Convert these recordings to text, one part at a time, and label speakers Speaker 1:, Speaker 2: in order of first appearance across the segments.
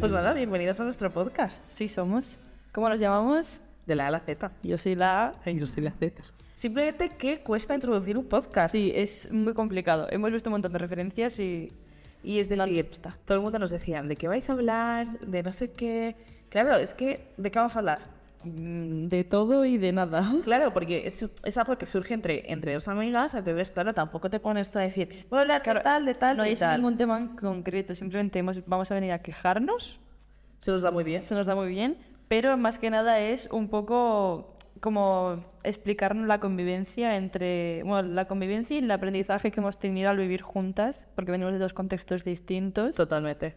Speaker 1: Pues nada, bienvenidos a nuestro podcast.
Speaker 2: Sí somos. ¿Cómo nos llamamos?
Speaker 1: De la A a la Z.
Speaker 2: Yo soy la A.
Speaker 1: Ay, yo soy la Z. Simplemente que cuesta introducir un podcast.
Speaker 2: Sí, es muy complicado. Hemos visto un montón de referencias y...
Speaker 1: Y es
Speaker 2: No
Speaker 1: decir,
Speaker 2: nos gusta.
Speaker 1: todo el mundo nos decía, ¿de qué vais a hablar? De no sé qué. Claro, es que, ¿de qué vamos a hablar?
Speaker 2: mm, De todo y de nada.
Speaker 1: Claro, porque es, es algo que surge entre, entre dos amigas, entonces, claro, tampoco te pones tú a decir, voy a hablar de tal, de tal,
Speaker 2: No
Speaker 1: de
Speaker 2: es
Speaker 1: tal.
Speaker 2: ningún tema en concreto. Simplemente hemos- vamos a venir a quejarnos.
Speaker 1: Se nos da muy bien.
Speaker 2: Se nos da muy bien. Pero más que nada es un poco como explicarnos la convivencia entre... Bueno, la convivencia y el aprendizaje que hemos tenido al vivir juntas. Porque venimos de dos contextos distintos.
Speaker 1: Totalmente.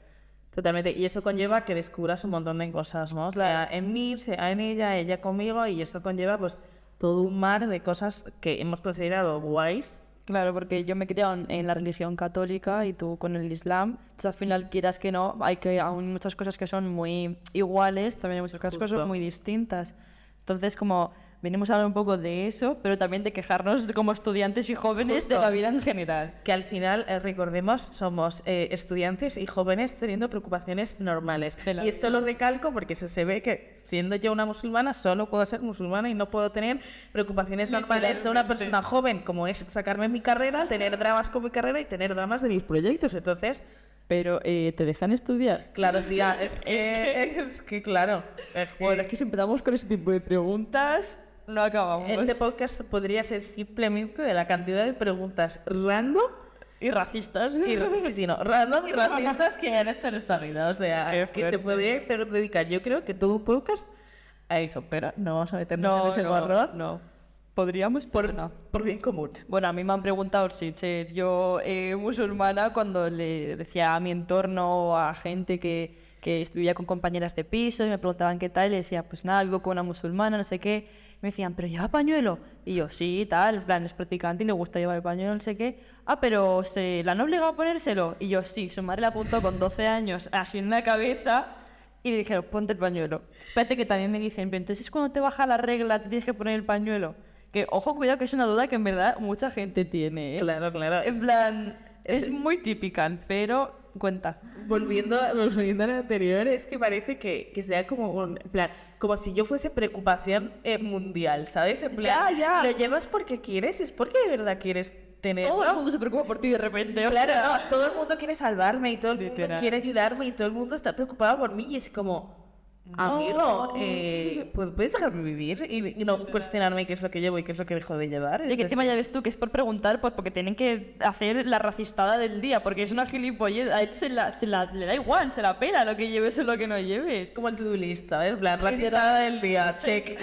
Speaker 1: Totalmente. Y eso conlleva que descubras un montón de cosas, ¿no? O sea, en mí, sea en ella, ella conmigo, y eso conlleva pues todo un mar de cosas que hemos considerado guays.
Speaker 2: Claro, porque yo me he criado en- en la religión católica y tú con el islam. Entonces, al final, quieras que no, hay que aún muchas cosas que son muy iguales, también hay muchas cosas que
Speaker 1: Justo.
Speaker 2: son muy distintas. Entonces, como venimos a hablar un poco de eso, pero también de quejarnos de- como estudiantes y jóvenes de
Speaker 1: Justo.
Speaker 2: la vida en general.
Speaker 1: Que al final, eh, recordemos, somos eh, estudiantes y jóvenes teniendo preocupaciones normales.
Speaker 2: De la
Speaker 1: Y esto lo recalco porque se, se ve que siendo yo una musulmana, solo puedo ser musulmana y no puedo tener preocupaciones normales de una persona joven, como es sacarme mi carrera, tener dramas con mi carrera y tener dramas de mis proyectos. Entonces,
Speaker 2: Pero, eh, ¿te dejan estudiar?
Speaker 1: Claro, tía, es, que, es que claro. es que-
Speaker 2: Bueno, es que si empezamos con ese tipo de preguntas, no acabamos.
Speaker 1: este podcast podría ser simplemente de la cantidad de preguntas random
Speaker 2: Y racistas.
Speaker 1: y, sí, sí, no, random y racistas que me han hecho en esta vida. O sea,
Speaker 2: Qué
Speaker 1: que se
Speaker 2: fuerte.
Speaker 1: podría pero dedicar. Yo creo que todo un podcast a eso, pero no vamos a meternos en
Speaker 2: no,
Speaker 1: ese
Speaker 2: no,
Speaker 1: horror
Speaker 2: no. Podríamos, pero no.
Speaker 1: por bien común.
Speaker 2: Bueno, a mí me han preguntado si ser yo eh, musulmana cuando le decía a mi entorno o a gente que, que vivía con compañeras de piso y me preguntaban qué tal, y decía, pues nada, vivo con una musulmana, no sé qué. Y me decían, ¿pero lleva pañuelo? Y yo, sí, tal, en plan, es practicante y le gusta llevar el pañuelo, no sé qué. Ah, pero se la han obligado a ponérselo. Y yo, sí, su madre la apuntó con 12 años, así en la cabeza. Y le dijeron, ponte el pañuelo. Espérate que también me dicen, pero entonces es cuando te baja la regla, te tienes que poner el pañuelo. Que, ojo, cuidado, que es una duda que en verdad mucha gente tiene, ¿eh?
Speaker 1: Claro, claro.
Speaker 2: En plan, es,
Speaker 1: es-
Speaker 2: muy típica, pero cuenta.
Speaker 1: Volviendo, volviendo a lo anterior, es que parece que, que sea como un en plan, como si yo fuese preocupación eh, mundial, ¿sabes? En plan,
Speaker 2: Ya, ya.
Speaker 1: lo llevas porque quieres, es porque de verdad quieres tener.
Speaker 2: Todo el mundo se preocupa por ti de repente, o
Speaker 1: claro,
Speaker 2: sea,
Speaker 1: no, todo el mundo quiere salvarme y todo el mundo
Speaker 2: Literal.
Speaker 1: quiere ayudarme y todo el mundo está preocupado por mí y es como. Amigo, eh, pues, puedes dejarme vivir y, y no cuestionarme qué es lo que llevo y qué es lo que dejo de llevar.
Speaker 2: Y
Speaker 1: Es
Speaker 2: que encima ya ves tú que es por preguntar, pues porque tienen que hacer la racistada del día, porque es una gilipollez. A él se, la, se la- le da igual, se la pela lo que lleves o lo que no lleves.
Speaker 1: como el to-do list, ¿sabes? En plan, la citada del día, check.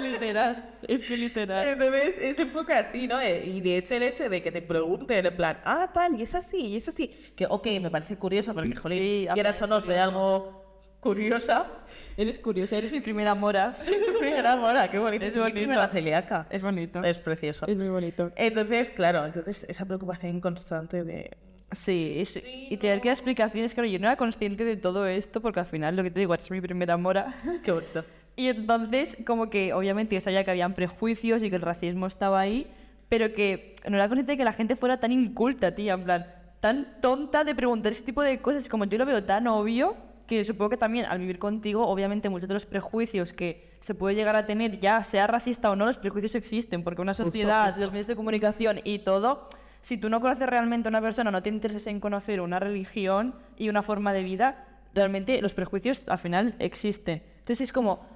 Speaker 2: literal, es que literal.
Speaker 1: Entonces es un poco así, ¿no? Eh, Y de hecho el hecho de que te pregunten en plan, ah, tal, y es así, y es así, que ok, me parece curioso, pero que joder,
Speaker 2: Sí, a
Speaker 1: quieras o no, soy algo curiosa.
Speaker 2: Eres curiosa, eres mi primera mora.
Speaker 1: Es tu primera mora, qué bonito.
Speaker 2: Es
Speaker 1: tu
Speaker 2: bonito.
Speaker 1: primera celíaca.
Speaker 2: Es bonito.
Speaker 1: Es precioso.
Speaker 2: muy bonito.
Speaker 1: Entonces, claro, entonces esa preocupación constante de...
Speaker 2: Sí, es- y tener que dar explicaciones, claro, yo no era consciente de todo esto, porque al final lo que te digo, es mi primera mora.
Speaker 1: Qué bonito.
Speaker 2: Y entonces, como que obviamente yo sabía que habían prejuicios y que el racismo estaba ahí, pero que no era consciente de que la gente fuera tan inculta, tía, en plan, tan tonta de preguntar ese tipo de cosas, como yo lo veo tan obvio, que supongo que también al vivir contigo, obviamente muchos de los prejuicios que se puede llegar a tener, ya sea racista o no, los prejuicios existen, porque una sociedad, los medios de comunicación y todo, si tú no conoces realmente a una persona, no te intereses en conocer una religión y una forma de vida, realmente los prejuicios al final existen. Entonces es como,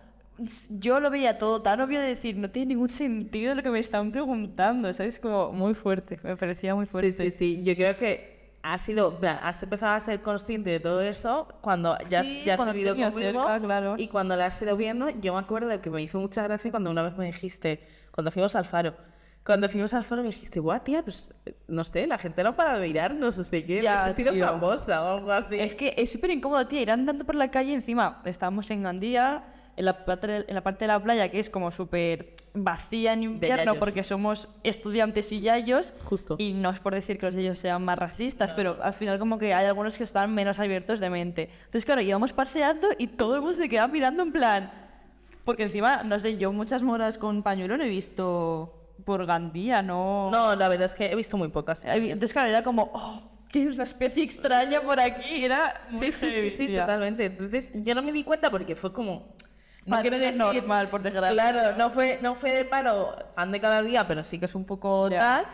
Speaker 2: s- yo lo veía todo tan obvio de decir, no tiene ningún sentido lo que me están preguntando, ¿sabes? Como muy fuerte, me parecía muy fuerte.
Speaker 1: Sí, sí, sí, yo creo que has sido, en plan, has empezado a ser consciente de todo eso cuando ya, has-
Speaker 2: Sí,
Speaker 1: ya has
Speaker 2: cuando
Speaker 1: vivido
Speaker 2: te tenía
Speaker 1: conmigo
Speaker 2: cerca, claro.
Speaker 1: y cuando la has ido viendo, yo me acuerdo que me hizo mucha gracia cuando una vez me dijiste, cuando fuimos al faro, cuando fuimos al faro me dijiste, guau, tía, pues, eh, no sé, la gente no para de mirarnos, o sea, que me he
Speaker 2: Ya,
Speaker 1: sentido
Speaker 2: tío.
Speaker 1: famosa o algo así.
Speaker 2: Es que es súper incómodo, tía, ir andando por la calle. Encima, estábamos en Gandía, en la parte de, en la, parte de la playa que es como súper vacía en invierno
Speaker 1: yayos.
Speaker 2: porque somos estudiantes y yayos.
Speaker 1: Justo.
Speaker 2: Y no es por decir que los de ellos sean más racistas, pero al final como que hay algunos que están menos abiertos de mente. Entonces, claro, íbamos paseando y todo el mundo se quedaba mirando en plan... Porque encima, no sé, yo muchas moras con pañuelo no he visto por Gandía, no...
Speaker 1: No, la verdad es que he visto muy pocas.
Speaker 2: Entonces, claro, era como, oh, que es una especie extraña por aquí. Era muy
Speaker 1: Sí, sí, sí,
Speaker 2: heavy,
Speaker 1: sí,
Speaker 2: tía.
Speaker 1: totalmente. Entonces, yo no me di cuenta porque fue como. No
Speaker 2: Para
Speaker 1: quiero
Speaker 2: ti es
Speaker 1: decir.
Speaker 2: normal, por desgracia.
Speaker 1: Claro, no fue, no fue de paro pan de cada día, pero sí que es un poco
Speaker 2: Ya.
Speaker 1: tal.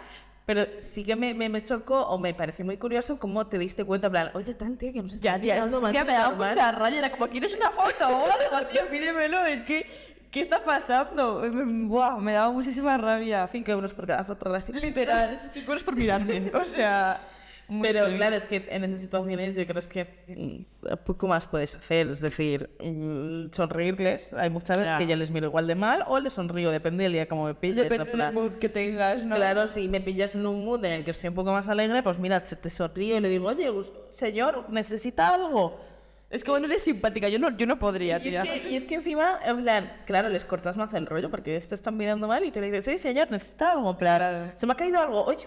Speaker 1: Pero sí que me, me, me chocó o me pareció muy curioso cómo te diste cuenta. En plan, oye, tal, tía, que no se
Speaker 2: Ya, tía, es que me da mucha rabia. Era como, ¿quieres una foto o algo, tío? Pídemelo. Es que, ¿qué está pasando? Em, Buah, me daba muchísima rabia.
Speaker 1: 5 euros por cada fotografía.
Speaker 2: Literal, cinco euros por mirarme. O sea. muy
Speaker 1: Pero
Speaker 2: heavy.
Speaker 1: claro, es que en esas situaciones yo creo es que mm, poco más puedes hacer. Es decir, mm, sonreírles. Hay muchas veces
Speaker 2: Ya.
Speaker 1: que yo les miro igual de mal o les sonrío, depende del día como me pilles. en
Speaker 2: Depende del
Speaker 1: plan-
Speaker 2: mood que tengas, ¿no?
Speaker 1: Claro, si me pillas en un mood en el que estoy un poco más alegre, pues mira, se- te sonrío y le digo, oye, us- señor, ¿necesita algo?
Speaker 2: Es que bueno, eres simpática. Yo no, yo no podría,
Speaker 1: Y
Speaker 2: tía.
Speaker 1: es, que, y es que encima, en plan, claro, les cortas más el rollo porque te están mirando mal y te le dices, sí, señor, necesita algo, en plan,
Speaker 2: Claro.
Speaker 1: se me ha caído algo, oye,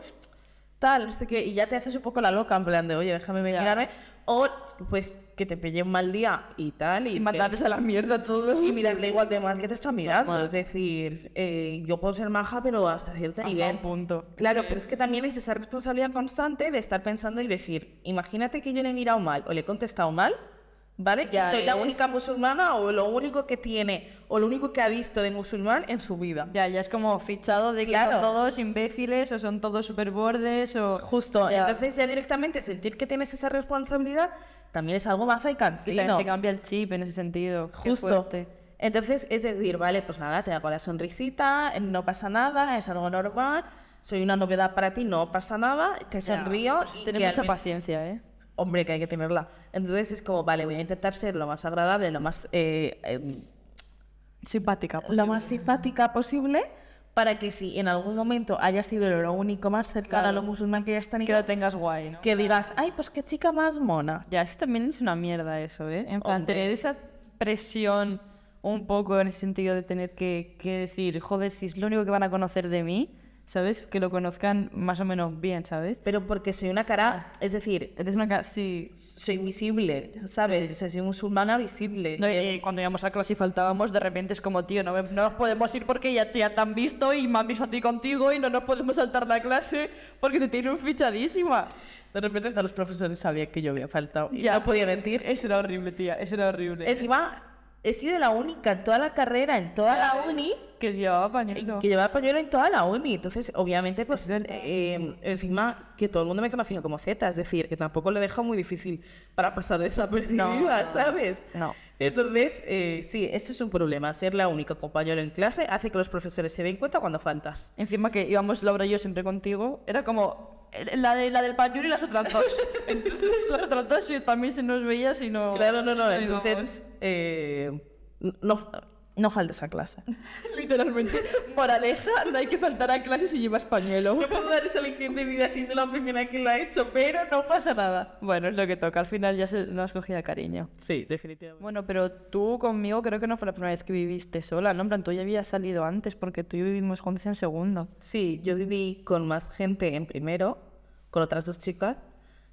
Speaker 1: tal, no sé qué, y ya te haces un poco la loca, en plan de, oye, déjame
Speaker 2: Ya.
Speaker 1: mirarme, o pues que te pille un mal día y tal, y,
Speaker 2: Y
Speaker 1: que-
Speaker 2: mandarles a la mierda todo.
Speaker 1: y mirarle igual de mal que te está mirando,
Speaker 2: Normal.
Speaker 1: es decir, eh, yo puedo ser maja, pero hasta cierto
Speaker 2: Hasta
Speaker 1: nivel.
Speaker 2: un punto.
Speaker 1: Claro, pero es que también es esa responsabilidad constante de estar pensando y decir, imagínate que yo le he mirado mal o le he contestado mal, ¿vale?
Speaker 2: Ya
Speaker 1: y soy la
Speaker 2: es.
Speaker 1: única musulmana o lo único que tiene o lo único que ha visto de musulmán en su vida.
Speaker 2: Ya, ya es como fichado de que
Speaker 1: Claro.
Speaker 2: son todos imbéciles o son todos superbordes o...
Speaker 1: Justo,
Speaker 2: Ya.
Speaker 1: entonces ya directamente sentir que tienes esa responsabilidad también es algo maza y
Speaker 2: Y también
Speaker 1: cansino.
Speaker 2: te cambia el chip en ese sentido. Qué
Speaker 1: Justo.
Speaker 2: fuerte.
Speaker 1: Entonces, es decir, vale, pues nada, te hago la sonrisita, no pasa nada, es algo normal, soy una novedad para ti, no pasa nada, te sonrío. y
Speaker 2: Tienes
Speaker 1: que al
Speaker 2: Pues mucha
Speaker 1: menos-
Speaker 2: paciencia, ¿eh?
Speaker 1: hombre, que hay que tenerla. Entonces es como, vale, voy a intentar ser lo más agradable, lo más, eh, eh,
Speaker 2: Simpática.
Speaker 1: lo más simpática posible para que si en algún momento haya sido lo único más cercano a
Speaker 2: Claro.
Speaker 1: lo musulmán que hayas
Speaker 2: Que
Speaker 1: tenido,
Speaker 2: lo tengas guay, ¿no?
Speaker 1: que digas, ay, pues qué chica más mona.
Speaker 2: Ya, es que también es una mierda eso, ¿eh? En plan,
Speaker 1: Hombre.
Speaker 2: tener esa presión un poco en el sentido de tener que, que decir, joder, si es lo único que van a conocer de mí, ¿sabes? Que lo conozcan más o menos bien, ¿sabes?
Speaker 1: Pero porque soy una cara, es decir,
Speaker 2: Eres una... ca- Sí.
Speaker 1: soy visible, ¿sabes? O sea, soy musulmana visible. Eh,
Speaker 2: No, y- y cuando íbamos a clase y faltábamos, de repente es como, tío, no, me- no nos podemos ir porque ya, ya te han visto y me han visto a ti contigo y no nos podemos saltar la clase porque te tienen fichadísima.
Speaker 1: De repente todos los profesores sabían que yo había faltado y
Speaker 2: Ya. pues,
Speaker 1: no podía mentir.
Speaker 2: Eso era horrible, tía, eso era horrible.
Speaker 1: Encima, he sido la única en toda la carrera, en toda la uni,
Speaker 2: Que llevaba pañuelo.
Speaker 1: que llevaba pañuelo en toda la uni. Entonces, obviamente, pues eh, encima que todo el mundo me conocía como Z, es decir, que tampoco lo deja muy difícil para pasar desapercibida, ¿sabes?
Speaker 2: No.
Speaker 1: Entonces, eh, sí, eso es un problema. Ser la única compañera en clase hace que los profesores se den cuenta cuando faltas.
Speaker 2: Encima que íbamos Laura y yo siempre contigo, era como eh, la, de, la del pañuelo y las otras dos. Entonces las otras dos sí, también se nos veía si no...
Speaker 1: Claro, no, no.
Speaker 2: si
Speaker 1: Entonces, eh, no, no faltes a clase.
Speaker 2: íbamos. Literalmente, moraleja, no hay que faltar a clase si llevas pañuelo.
Speaker 1: No puedo dar esa lección de vida siendo la primera que lo ha hecho, pero no pasa nada.
Speaker 2: Bueno, es lo que toca, al final ya se nos cogía cariño.
Speaker 1: Sí, definitivamente.
Speaker 2: Bueno, pero tú conmigo creo que no fue la primera vez que viviste sola, ¿no? En plan, tú ya habías salido antes porque tú y yo vivimos juntos en segundo.
Speaker 1: Sí, yo viví con más gente en primero, con otras dos chicas.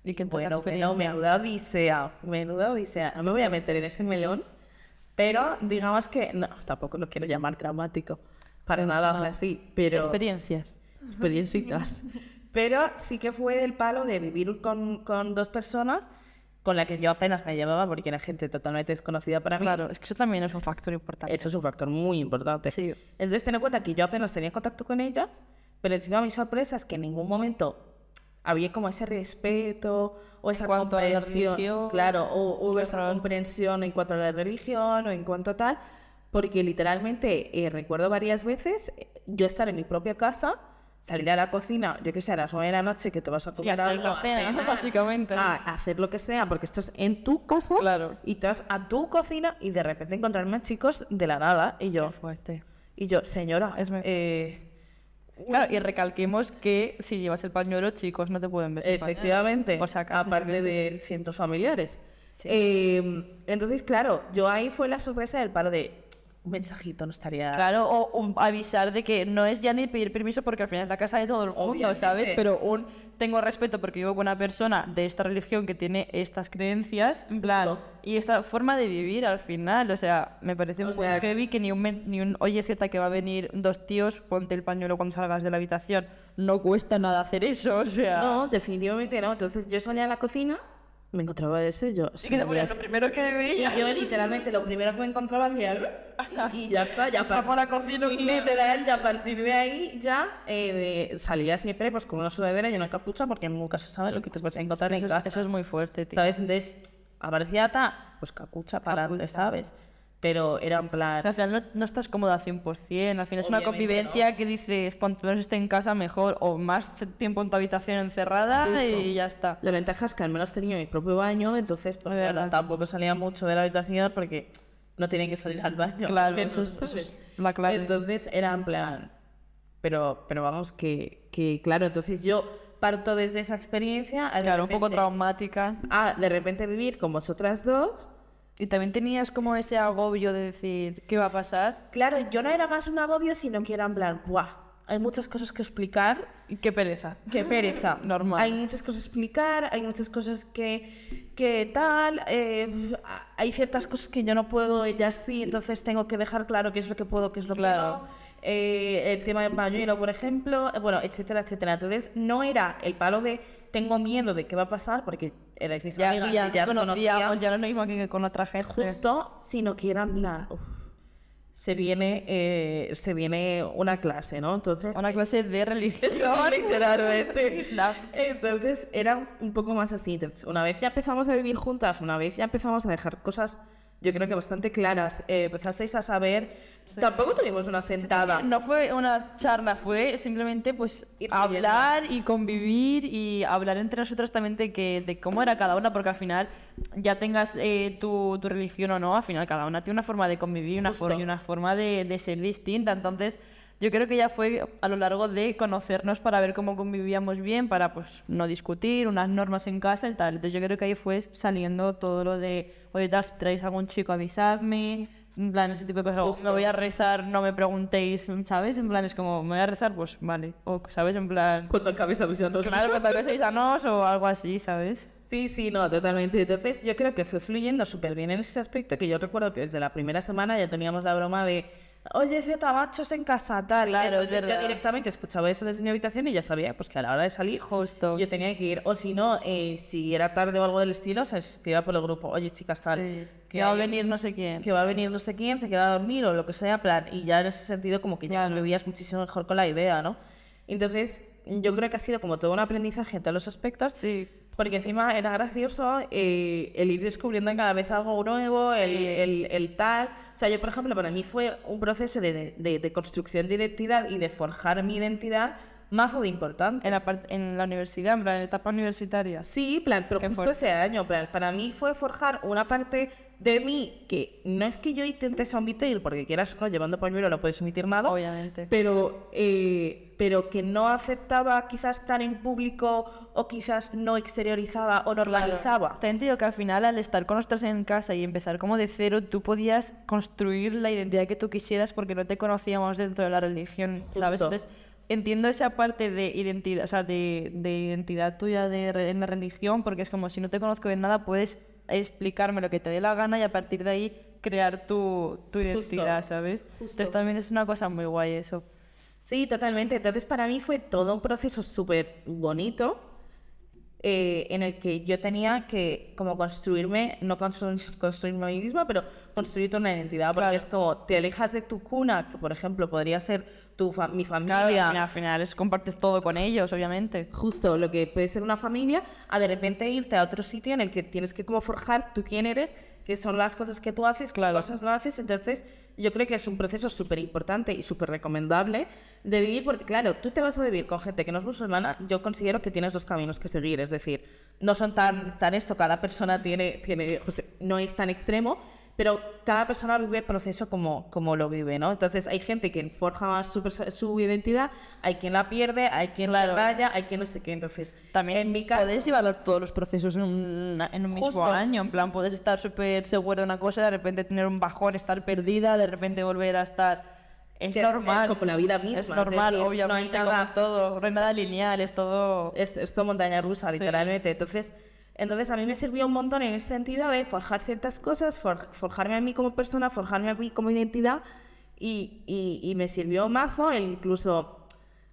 Speaker 2: ¿Y qué tal la
Speaker 1: Bueno, bueno,
Speaker 2: experiencia?
Speaker 1: menuda odisea, menuda odisea. No me voy a meter en ese melón, pero digamos que, no, tampoco lo quiero llamar dramático, para nada o sea, así, pero
Speaker 2: Experiencias.
Speaker 1: experiencitas. Pero sí que fue del palo de vivir con, con dos personas con la que yo apenas me llevaba porque era gente totalmente desconocida para mí.
Speaker 2: Claro, es que eso también es un factor importante.
Speaker 1: Eso es un factor muy importante.
Speaker 2: Sí.
Speaker 1: Entonces, ten en cuenta que yo apenas tenía contacto con ellas, pero encima mi sorpresa es que en ningún momento había como ese respeto o esa
Speaker 2: cuanto a la
Speaker 1: comprensión.
Speaker 2: religión.
Speaker 1: claro, o hubo
Speaker 2: Qué
Speaker 1: esa
Speaker 2: horror.
Speaker 1: comprensión en cuanto a la religión o en cuanto a tal, porque literalmente eh, recuerdo varias veces eh, yo estar en mi propia casa. Salir a la cocina, yo que sé, a las nueve de la noche que te vas a Ah, comer
Speaker 2: hacer
Speaker 1: algo,
Speaker 2: la cena,
Speaker 1: cenar,
Speaker 2: básicamente.
Speaker 1: A hacer lo que sea, porque estás en tu casa
Speaker 2: Claro.
Speaker 1: y te vas a tu cocina y de repente encontrarme a chicos de la nada y yo,
Speaker 2: Qué fuerte.
Speaker 1: y yo, señora,
Speaker 2: Es me-
Speaker 1: eh,
Speaker 2: Claro, y recalquemos que si llevas el pañuelo, chicos, no te pueden ver. sin
Speaker 1: efectivamente,
Speaker 2: Por si acaso,
Speaker 1: aparte
Speaker 2: yo qué
Speaker 1: de cientos familiares. Em,
Speaker 2: Sí.
Speaker 1: Eh, entonces, claro, yo ahí fue la sorpresa del paro de, un mensajito no estaría...
Speaker 2: Claro, o, un- avisar de que no es ya ni pedir permiso porque al final es la casa de todo el mundo,
Speaker 1: Obviamente.
Speaker 2: ¿sabes? Pero un tengo respeto porque vivo con una persona de esta religión que tiene estas creencias en plan,
Speaker 1: Justo.
Speaker 2: y esta forma de vivir al final. O sea, me parece
Speaker 1: O
Speaker 2: muy
Speaker 1: sea-
Speaker 2: heavy que ni un, men- ni un oye Z que va a venir dos tíos, ponte el pañuelo cuando salgas de la habitación. No cuesta nada hacer eso, o sea.
Speaker 1: No, definitivamente no. Entonces yo salía a la cocina, me encontraba ese, yo...
Speaker 2: Y que te ponías lo primero que veías.
Speaker 1: Yo literalmente lo primero que me encontraba era y ya está, ya está
Speaker 2: por la cocina,
Speaker 1: Y literal, ya a partir de ahí ya eh, de- salía siempre pues con una sudadera y una capucha porque nunca se sabe lo que te puedes encontrar en
Speaker 2: Eso es,
Speaker 1: casa.
Speaker 2: eso es muy fuerte, tío.
Speaker 1: ¿Sabes? Entonces, aparecía ta, pues capucha para
Speaker 2: Capucha.
Speaker 1: antes, ¿sabes? Pero era en plan...
Speaker 2: O sea, al final no, no estás cómoda al 100%, al final es una
Speaker 1: Obviamente,
Speaker 2: convivencia que dices, cuanto menos esté en casa mejor, o más c- tiempo en tu habitación encerrada y ya está.
Speaker 1: La ventaja es que al menos tenía mi propio baño, entonces pues,
Speaker 2: Es verdad.
Speaker 1: bueno, tampoco salía mucho de la habitación porque no tenía que salir al baño.
Speaker 2: Claro,
Speaker 1: Pero,
Speaker 2: eso es- eso
Speaker 1: ¿sabes?
Speaker 2: es la clave.
Speaker 1: Entonces era en plan, pero, pero vamos, que, que claro, entonces yo parto desde esa experiencia. a de
Speaker 2: Claro, un poco
Speaker 1: repente-
Speaker 2: traumática.
Speaker 1: a de repente vivir con vosotras dos.
Speaker 2: Y también tenías como ese agobio de decir, ¿qué va a pasar?
Speaker 1: Claro, yo no era más un agobio, sino que era en plan, ¡buah! Hay muchas cosas que explicar
Speaker 2: Y qué pereza.
Speaker 1: Qué pereza.
Speaker 2: Normal.
Speaker 1: Hay muchas cosas que explicar, hay muchas cosas que, que tal. eh, hay ciertas cosas que yo no puedo, ella sí, entonces tengo que dejar claro qué es lo que puedo, qué es lo
Speaker 2: Claro.
Speaker 1: que no. Eh, el tema del pañuelo, por ejemplo, eh, bueno, etcétera, etcétera. Entonces, no era el palo de tengo miedo de qué va a pasar, porque erais mis
Speaker 2: Ya,
Speaker 1: amigas
Speaker 2: sí,
Speaker 1: y
Speaker 2: ya, nos
Speaker 1: ya os conocía
Speaker 2: conocíamos, ya no es lo mismo que con otra gente.
Speaker 1: justo, sino que era en plan, "Uf, se viene, eh, se viene una clase, ¿no? Entonces,
Speaker 2: Una clase de religión.
Speaker 1: literalmente.
Speaker 2: Islam.
Speaker 1: ¿eh? Entonces era un poco más así. Entonces, una vez ya empezamos a vivir juntas, una vez ya empezamos a dejar cosas, yo creo que bastante claras, eh, empezasteis a saber. Tampoco tuvimos una sentada.
Speaker 2: No fue una charla, fue simplemente pues
Speaker 1: Ir fluyendo.
Speaker 2: hablar y convivir y hablar entre nosotras también de, que, de cómo era cada una, porque al final ya tengas eh, tu, tu religión o no, al final cada una tiene una forma de convivir una
Speaker 1: Justo.
Speaker 2: forma, y una forma de, de ser distinta. Entonces yo creo que ya fue a lo largo de conocernos para ver cómo convivíamos bien, para pues no discutir, unas normas en casa y tal. Entonces yo creo que ahí fue saliendo todo lo de, oye, tal, si traéis algún chico avisadme. En plan, ese tipo de cosas. O,
Speaker 1: Justo.
Speaker 2: Me voy a rezar, no me preguntéis, ¿sabes? En plan, es como, me voy a rezar, pues vale. O, ¿sabes? En plan, pues,
Speaker 1: Cuando acabéis avisando.
Speaker 2: claro, cuando sois sanos o algo así, ¿sabes?
Speaker 1: Sí, sí, no, totalmente. Entonces yo creo que fue fluyendo súper bien en ese aspecto, que yo recuerdo que desde la primera semana ya teníamos la broma de, oye, Z, machos en casa, tal.
Speaker 2: Claro, es
Speaker 1: Entonces, yo
Speaker 2: verdad.
Speaker 1: directamente escuchaba eso desde mi habitación y ya sabía pues que a la hora de salir
Speaker 2: Justo.
Speaker 1: yo tenía que ir. O si no, eh, si era tarde o algo del estilo, se escribía por el grupo, oye, chicas, tal.
Speaker 2: Sí.
Speaker 1: Que,
Speaker 2: Que va a
Speaker 1: hay-
Speaker 2: venir no sé quién.
Speaker 1: que va a venir no sé quién, se queda a dormir o lo que sea, plan. Y ya en ese sentido, como que ya
Speaker 2: Claro.
Speaker 1: lo vivías muchísimo mejor con la idea, ¿no? Entonces, yo creo que ha sido como todo un aprendizaje en todos los aspectos.
Speaker 2: Sí.
Speaker 1: Porque encima era gracioso eh, el ir descubriendo cada vez algo nuevo, el, el- el tal. O sea, yo, por ejemplo, para mí fue un proceso de, de- de construcción de identidad y de forjar mi identidad más de importante.
Speaker 2: En la, par- en la universidad, en plan, en etapa universitaria.
Speaker 1: Sí, plan, pero
Speaker 2: Qué
Speaker 1: justo
Speaker 2: fuerte.
Speaker 1: ese año, plan, para mí fue forjar una parte de mí que no es que yo intente omitir, porque quieras o no, llevando pañuelo no puedes omitir nada,
Speaker 2: Obviamente.
Speaker 1: pero, eh, pero que no aceptaba quizás tan en público o quizás no exteriorizaba o normalizaba.
Speaker 2: También te digo que al final, al estar con nosotros en casa y empezar como de cero, tú podías construir la identidad que tú quisieras porque no te conocíamos dentro de la religión, ¿sabes?
Speaker 1: Justo.
Speaker 2: Entonces, entiendo esa parte de identidad, o sea, de, de identidad tuya de, re- en la religión, porque es como si no te conozco de nada, puedes explicarme lo que te dé la gana y a partir de ahí crear tu, tu identidad, ¿sabes? Entonces también es una cosa muy guay eso.
Speaker 1: Sí, totalmente. Entonces, para mí fue todo un proceso súper bonito eh, en el que yo tenía que como construirme, no constru- construirme a mí misma, pero construirte una identidad. Porque es como te alejas de tu cuna, que por ejemplo podría ser tu fa- mi familia,
Speaker 2: Claro, al final, al final es compartes todo con ellos, obviamente.
Speaker 1: justo lo que puede ser una familia, a de repente irte a otro sitio en el que tienes que como forjar tú quién eres, qué son las cosas que tú haces, qué cosas no haces. Entonces, yo creo que es un proceso súper importante y súper recomendable de vivir, porque claro, tú te vas a vivir con gente que no es musulmana, yo considero que tienes dos caminos que seguir, pues, es decir, no son tan, tan esto, cada persona tiene, tiene o sea, no es tan extremo, pero cada persona vive el proceso como, como lo vive, ¿no? Entonces hay gente que forja más su, perso- su identidad, hay quien la pierde, hay quien
Speaker 2: Claro.
Speaker 1: la raya, hay quien no sé qué. Entonces,
Speaker 2: También
Speaker 1: en mi caso,
Speaker 2: podéis evaluar todos los procesos en un, en un mismo
Speaker 1: Justo.
Speaker 2: año. En plan, podéis estar súper seguro de una cosa, de repente tener un bajón, estar perdida, de repente volver a estar. Es
Speaker 1: Que es, eh,
Speaker 2: normal.
Speaker 1: como la vida misma,
Speaker 2: Es
Speaker 1: es
Speaker 2: normal,
Speaker 1: decir, no hay
Speaker 2: obviamente.
Speaker 1: nada- Eh,
Speaker 2: como todo. No hay nada lineal, es todo.
Speaker 1: es, es todo montaña rusa, literalmente. Entonces, entonces a mí me sirvió un montón en ese sentido de forjar ciertas cosas, for- forjarme a mí como persona, forjarme a mí como identidad y, y- y me sirvió mazo el incluso...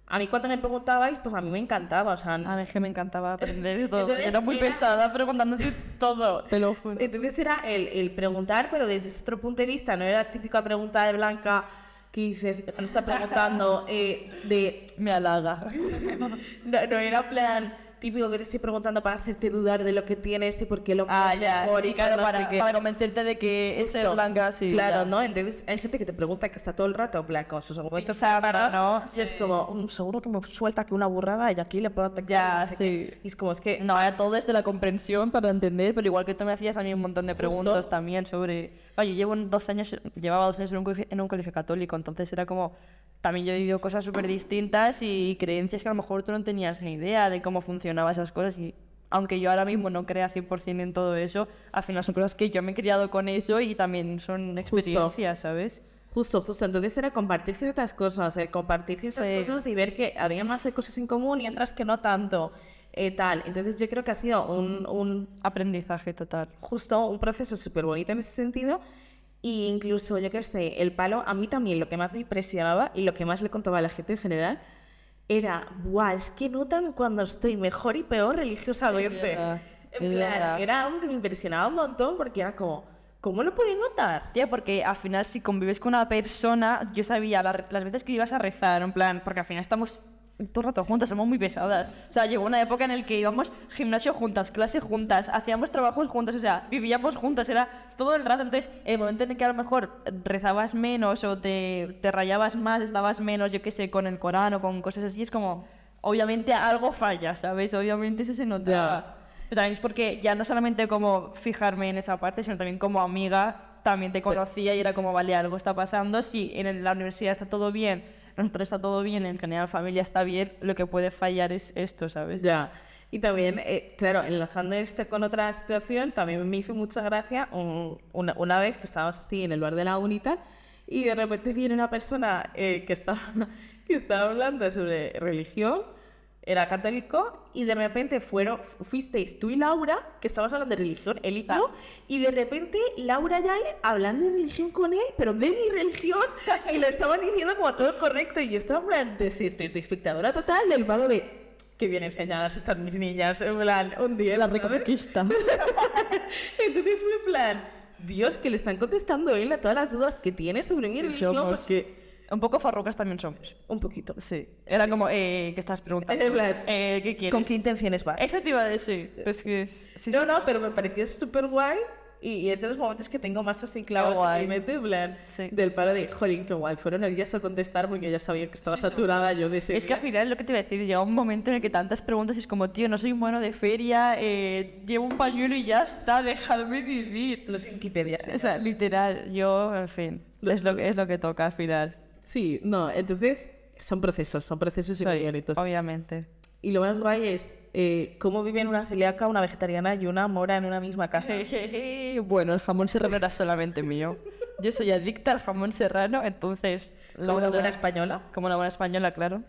Speaker 1: A mí cuando me preguntabais, pues a mí me encantaba, o sea...
Speaker 2: A ver, que me encantaba aprender de todo.
Speaker 1: Entonces,
Speaker 2: era muy
Speaker 1: era-
Speaker 2: pesada, pero contándote todo. Te lo juro.
Speaker 1: Entonces era el, el preguntar, pero desde ese otro punto de vista, no era la típica pregunta de Blanca que dices, no está preguntando eh, de
Speaker 2: Me halaga.
Speaker 1: No, no era plan típico que te estoy preguntando para hacerte dudar de lo que tienes y por qué lo
Speaker 2: Ah,
Speaker 1: es
Speaker 2: ya.
Speaker 1: mejor
Speaker 2: sí,
Speaker 1: y
Speaker 2: claro,
Speaker 1: no sé
Speaker 2: para,
Speaker 1: qué.
Speaker 2: para convencerte de que es
Speaker 1: Justo.
Speaker 2: blanca, sí.
Speaker 1: Claro,
Speaker 2: ya.
Speaker 1: ¿no? Entonces hay gente que te pregunta que está todo el rato en plan con sus argumentos
Speaker 2: Exacto,
Speaker 1: preparados,
Speaker 2: ¿no?
Speaker 1: Y es como, "Mm, seguro que me suelta que una burrada y aquí le puedo atacar.
Speaker 2: Ya,
Speaker 1: no sé qué".
Speaker 2: sí.
Speaker 1: Y es como, es que
Speaker 2: No, era todo desde la comprensión para entender, pero igual que tú me hacías a mí un montón de preguntas también sobre... Oye, yo llevo 12 años, llevaba 12 años en un, colegio, en un colegio católico, entonces era como... También yo he vivido cosas súper distintas y creencias que a lo mejor tú no tenías ni idea de cómo funcionaban esas cosas y... Aunque yo ahora mismo no crea 100% en todo eso, al final son cosas que yo me he criado con eso y también son experiencias, ¿sabes?
Speaker 1: Justo, justo. Entonces era compartir ciertas cosas, eh, compartir ciertas
Speaker 2: Sí.
Speaker 1: cosas y ver que había más de cosas en común y otras que no tanto. eh, tal. Entonces yo creo que ha sido un, un-
Speaker 2: Aprendizaje total.
Speaker 1: justo un proceso súper bonito en ese sentido. Y incluso, yo que sé, el palo, a mí también lo que más me impresionaba y lo que más le contaba a la gente en general era, ¡buah! Es que notan cuando estoy mejor y peor religiosamente.
Speaker 2: Es verdad,
Speaker 1: En
Speaker 2: es
Speaker 1: plan,
Speaker 2: verdad.
Speaker 1: era algo que me impresionaba un montón porque era como, ¿cómo lo pueden notar?
Speaker 2: Tía, porque al final si convives con una persona, yo sabía la- las veces que ibas a rezar, en plan, porque al final estamos todo el rato juntas, somos muy pesadas. O sea, llegó una época en el que íbamos gimnasio juntas, clase juntas, hacíamos trabajos juntas, o sea, vivíamos juntas, era todo el rato. Entonces, el momento en el que a lo mejor rezabas menos o te, te rayabas más, estabas menos, yo qué sé, con el Corán o con cosas así, es como, obviamente algo falla, ¿sabes? Obviamente eso se nota.
Speaker 1: Ya.
Speaker 2: Pero también es porque ya no solamente como fijarme en esa parte, sino también como amiga, también te conocía y era como, vale, algo está pasando. Si en el- la universidad está todo bien, nosotros está todo bien, en general familia está bien, lo que puede fallar es esto, ¿sabes?
Speaker 1: Ya. Y también, eh, claro, enlazando este con otra situación, también me hizo mucha gracia un- una, una vez que estábamos así en el bar de la unita y de repente viene una persona eh, que, estaba, que estaba hablando sobre religión, era católico, y de repente fueron, fuisteis tú y Laura, que estabas hablando de religión, él y yo, y de repente Laura y Ale hablando de religión con él, pero de mi religión, y lo estaban diciendo como todo correcto, y yo estaba en plan de, de- de espectadora total del vago de... Qué bien enseñadas están mis niñas, en plan, un día la
Speaker 2: reconquista.
Speaker 1: Entonces fue en plan, Dios, que le están contestando él a todas las dudas que tiene sobre pues, mi
Speaker 2: Sí,
Speaker 1: religión,
Speaker 2: somos.
Speaker 1: porque...
Speaker 2: Un poco farrucas también somos.
Speaker 1: Un poquito.
Speaker 2: Sí. Era como, eh, ¿qué estás preguntando?
Speaker 1: En plan,
Speaker 2: Eh, ¿Qué quieres?
Speaker 1: ¿Con qué intenciones vas?
Speaker 2: Eso te iba a decir. Es que... Sí,
Speaker 1: no,
Speaker 2: sí.
Speaker 1: no, pero me pareció súper guay y, y es de los momentos que tengo más así clavos
Speaker 2: Qué guay.
Speaker 1: en mi mente, en plan,
Speaker 2: Sí.
Speaker 1: del paro de, jolín, qué guay, fueron días a contestar porque ya sabía que estaba saturada yo de ese
Speaker 2: Es que al
Speaker 1: día.
Speaker 2: final lo que te iba a decir, llega un momento en el que tantas preguntas y es como, tío, no soy un mono de feria, eh, llevo un pañuelo y ya está, dejadme vivir.
Speaker 1: Los Wikipedia.
Speaker 2: O sea, literal, yo, en fin, es lo, que- es lo que toca al final.
Speaker 1: Sí, no, entonces son procesos, son procesos y
Speaker 2: Soy- obviamente.
Speaker 1: Y lo más guay es eh, cómo viven una celíaca, una vegetariana y una mora en una misma casa.
Speaker 2: bueno, el jamón serrano era solamente mío. Yo soy adicta al jamón serrano, entonces...
Speaker 1: Como una buena española.
Speaker 2: Como una buena española, claro.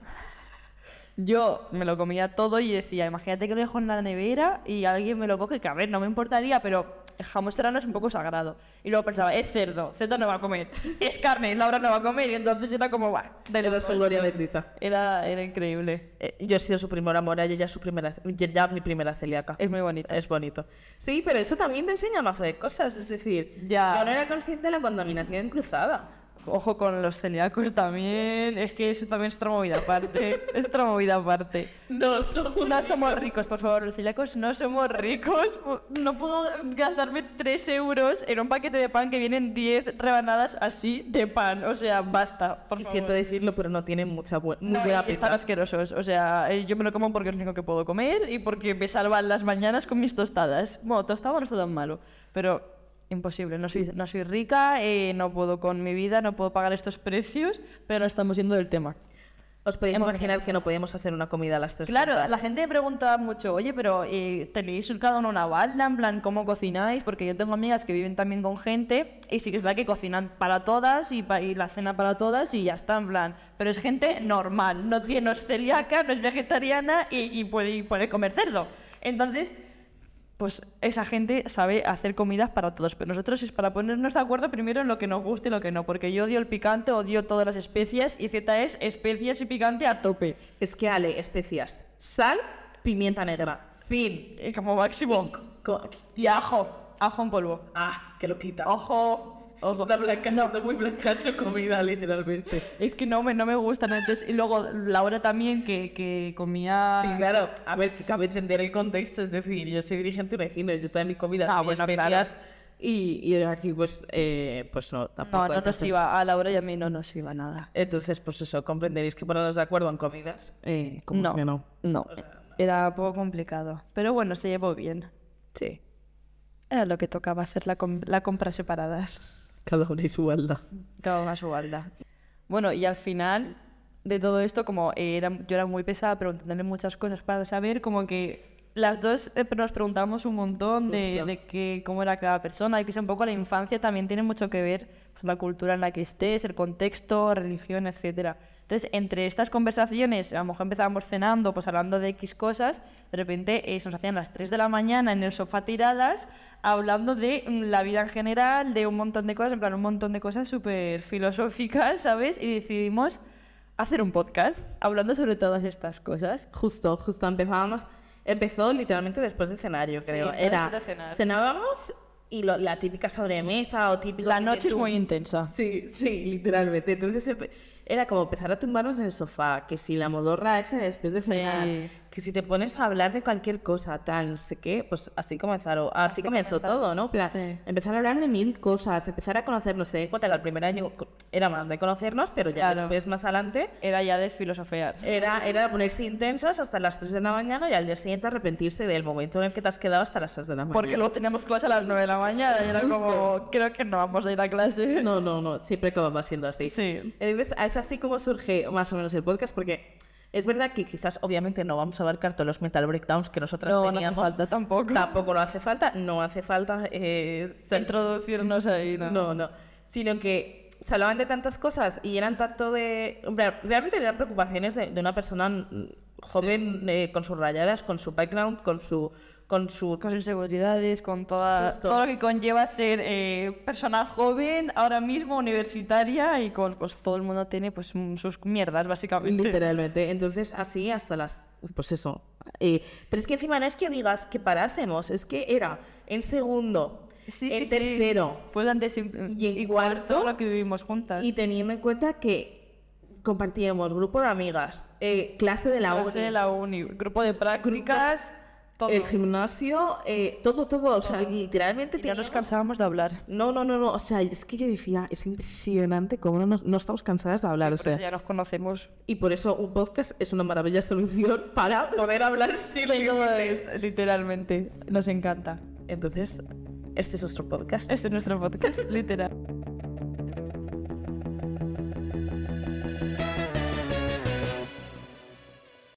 Speaker 2: Yo me lo comía todo y decía, imagínate que lo dejo en la nevera y alguien me lo coge, que a ver, no me importaría, pero el jamón serrano es un poco sagrado. Y luego pensaba, es cerdo, cerdo no va a comer, es carne, Laura no va a comer, y entonces era como, va,
Speaker 1: Le doy su gloria bendita.
Speaker 2: Era, era increíble.
Speaker 1: Eh, yo he sido su primera mora y ella, su primera, y ella mi primera celíaca.
Speaker 2: Es muy bonito.
Speaker 1: Es bonito. Sí, pero eso también te enseña más de cosas. Es decir,
Speaker 2: Ya.
Speaker 1: yo no era consciente de la contaminación cruzada.
Speaker 2: Ojo con los celíacos también, es que eso también es otra movida aparte, es otra movida aparte.
Speaker 1: No, somos
Speaker 2: No somos ricos, por favor, los celíacos no somos ricos. No puedo gastarme 3 euros en un paquete de pan que vienen 10 rebanadas así de pan. O sea, basta, por
Speaker 1: Y
Speaker 2: favor.
Speaker 1: siento decirlo, pero no tiene mucha bu- muy
Speaker 2: No, y
Speaker 1: buena
Speaker 2: están
Speaker 1: pinta.
Speaker 2: asquerosos. O sea, eh, yo me lo como porque es lo único que puedo comer y porque me salvan las mañanas con mis tostadas. Bueno, tostado no está tan malo, pero imposible. No soy, no soy rica, eh, no puedo con mi vida, no puedo pagar estos precios, pero no estamos yendo del tema.
Speaker 1: Os podéis
Speaker 2: Hemos-
Speaker 1: imaginar que no podíamos hacer una comida a las tres.
Speaker 2: Claro,
Speaker 1: juntas.
Speaker 2: la gente me pregunta mucho, oye, pero eh, ¿tenéis cada uno una balda? En plan, ¿cómo cocináis? Porque yo tengo amigas que viven también con gente y sí que es verdad que cocinan para todas y, pa- y la cena para todas y ya está, en plan. Pero es gente normal, no tiene no es celíaca, no es vegetariana y, y puede, y puede comer cerdo. Entonces, pues esa gente sabe hacer comidas para todos, pero nosotros es para ponernos de acuerdo primero en lo que nos gusta y lo que no, porque yo odio el picante, odio todas las especias y Z es especias y picante a tope.
Speaker 1: Es que Ale, especias. Sal, pimienta negra. Fin.
Speaker 2: Eh, Como máximo.
Speaker 1: Co-
Speaker 2: Y ajo. Ajo en polvo.
Speaker 1: Ah, que lo quita.
Speaker 2: Ojo. Ojo.
Speaker 1: La blanca siendo muy blanca su comida, literalmente.
Speaker 2: Es que no me, no me gustan antes. Y luego Laura también, que, que comía.
Speaker 1: Sí, claro. A ver, que cabe entender el contexto. Es decir, yo soy dirigente de un vecino, yo toda mi comida
Speaker 2: Ah,
Speaker 1: tenía
Speaker 2: bueno, claro.
Speaker 1: especias. Y, y aquí, pues, eh, pues no, tampoco.
Speaker 2: No, no nos
Speaker 1: Entonces-
Speaker 2: iba. A Laura y a mí no nos iba nada.
Speaker 1: Entonces, pues eso, comprenderéis que ponernos de acuerdo en comidas. Eh, como
Speaker 2: no,
Speaker 1: que no.
Speaker 2: no. Era un poco complicado. Pero bueno, se llevó bien.
Speaker 1: Sí.
Speaker 2: Era lo que tocaba hacer la, com- la compra separadas.
Speaker 1: Cada una y su balda.
Speaker 2: Cada uno a su balda. Bueno, y al final de todo esto, como eh, era, yo era muy pesada preguntándole muchas cosas para saber, como que las dos eh, nos preguntamos un montón de,
Speaker 1: Justo.
Speaker 2: de que, cómo era cada persona y que sea un poco la infancia también tiene mucho que ver pues, la cultura en la que estés, el contexto, religión, etcétera. Entonces, entre estas conversaciones, a lo mejor empezábamos cenando, pues hablando de X cosas, de repente eh, se nos hacían las 3 de la mañana en el sofá tiradas, hablando de mm, la vida en general, de un montón de cosas, en plan, un montón de cosas súper filosóficas, ¿sabes? Y decidimos hacer un podcast hablando sobre todas estas cosas.
Speaker 1: Justo, justo empezábamos. Empezó literalmente después de cenar, yo creo.
Speaker 2: después
Speaker 1: Era,
Speaker 2: de cenar.
Speaker 1: cenábamos y lo- la típica sobremesa o típico...
Speaker 2: La
Speaker 1: que
Speaker 2: noche es
Speaker 1: tú-
Speaker 2: muy intensa.
Speaker 1: Sí, sí, literalmente. Entonces empe- era como empezar a tumbarnos en el sofá, que si la modorra esa de después de cenar, que si te pones a hablar de cualquier cosa, tal, no sé qué, pues así comenzaron, así, comenzó
Speaker 2: comenzaron.
Speaker 1: todo, ¿no? En plan,
Speaker 2: Sí.
Speaker 1: Empezar a hablar de mil cosas, empezar a conocernos, se den cuenta que el primer año co- era más de conocernos, pero ya
Speaker 2: Claro.
Speaker 1: después, más adelante,
Speaker 2: Era ya de filosofear.
Speaker 1: era, era ponerse intensas hasta las 3 de la mañana y al día siguiente arrepentirse del momento en el que te has quedado hasta las 6 de la mañana.
Speaker 2: Porque luego teníamos clase a las 9 de la mañana y era como, creo que no vamos a ir a clase.
Speaker 1: No, no, no, siempre acababa siendo así.
Speaker 2: Sí.
Speaker 1: Entonces, es así como surge más o menos el podcast, porque es verdad que quizás, obviamente, no vamos a abarcar todos los mental breakdowns que nosotras
Speaker 2: No, no hace
Speaker 1: teníamos.
Speaker 2: falta tampoco.
Speaker 1: Tampoco no hace falta, no hace falta eh,
Speaker 2: Se
Speaker 1: ser-
Speaker 2: introducirnos ahí, ¿no?
Speaker 1: No, no. Sino que se hablaban de tantas cosas y eran tanto de. en plan, Realmente eran preocupaciones de, de una persona mm, joven eh, con sus rayadas, con su background, con su. Con su
Speaker 2: Con sus inseguridades, con toda,
Speaker 1: Justo.
Speaker 2: todo lo que conlleva ser eh, persona joven, ahora mismo universitaria y con, pues todo el mundo tiene pues mm, sus mierdas, básicamente.
Speaker 1: Literalmente. Entonces, así hasta las. Pues eso. Eh, pero es que encima no es que digas que parásemos, es que era en segundo,
Speaker 2: Sí,
Speaker 1: en
Speaker 2: sí, sí.
Speaker 1: tercero
Speaker 2: Fue antes y,
Speaker 1: y en cuarto.
Speaker 2: todo lo que vivimos juntas.
Speaker 1: Y teniendo en cuenta que compartíamos grupo de amigas, eh, clase de la
Speaker 2: Clase
Speaker 1: uni,
Speaker 2: de la uni, grupo de prácticas, todo.
Speaker 1: el gimnasio, eh, todo, todo. O sea, literalmente.
Speaker 2: Y no nos
Speaker 1: teníamos-
Speaker 2: cansábamos de hablar.
Speaker 1: No, no, no, no. O sea, es que yo decía, es impresionante cómo no, nos- no estamos cansadas de hablar. O
Speaker 2: Por eso
Speaker 1: sea,
Speaker 2: ya nos conocemos
Speaker 1: y por eso un podcast es una maravilla solución para poder hablar sin
Speaker 2: de todo
Speaker 1: límites.
Speaker 2: esto, literalmente. Nos encanta.
Speaker 1: Entonces, este es nuestro podcast.
Speaker 2: Este es nuestro podcast, literal.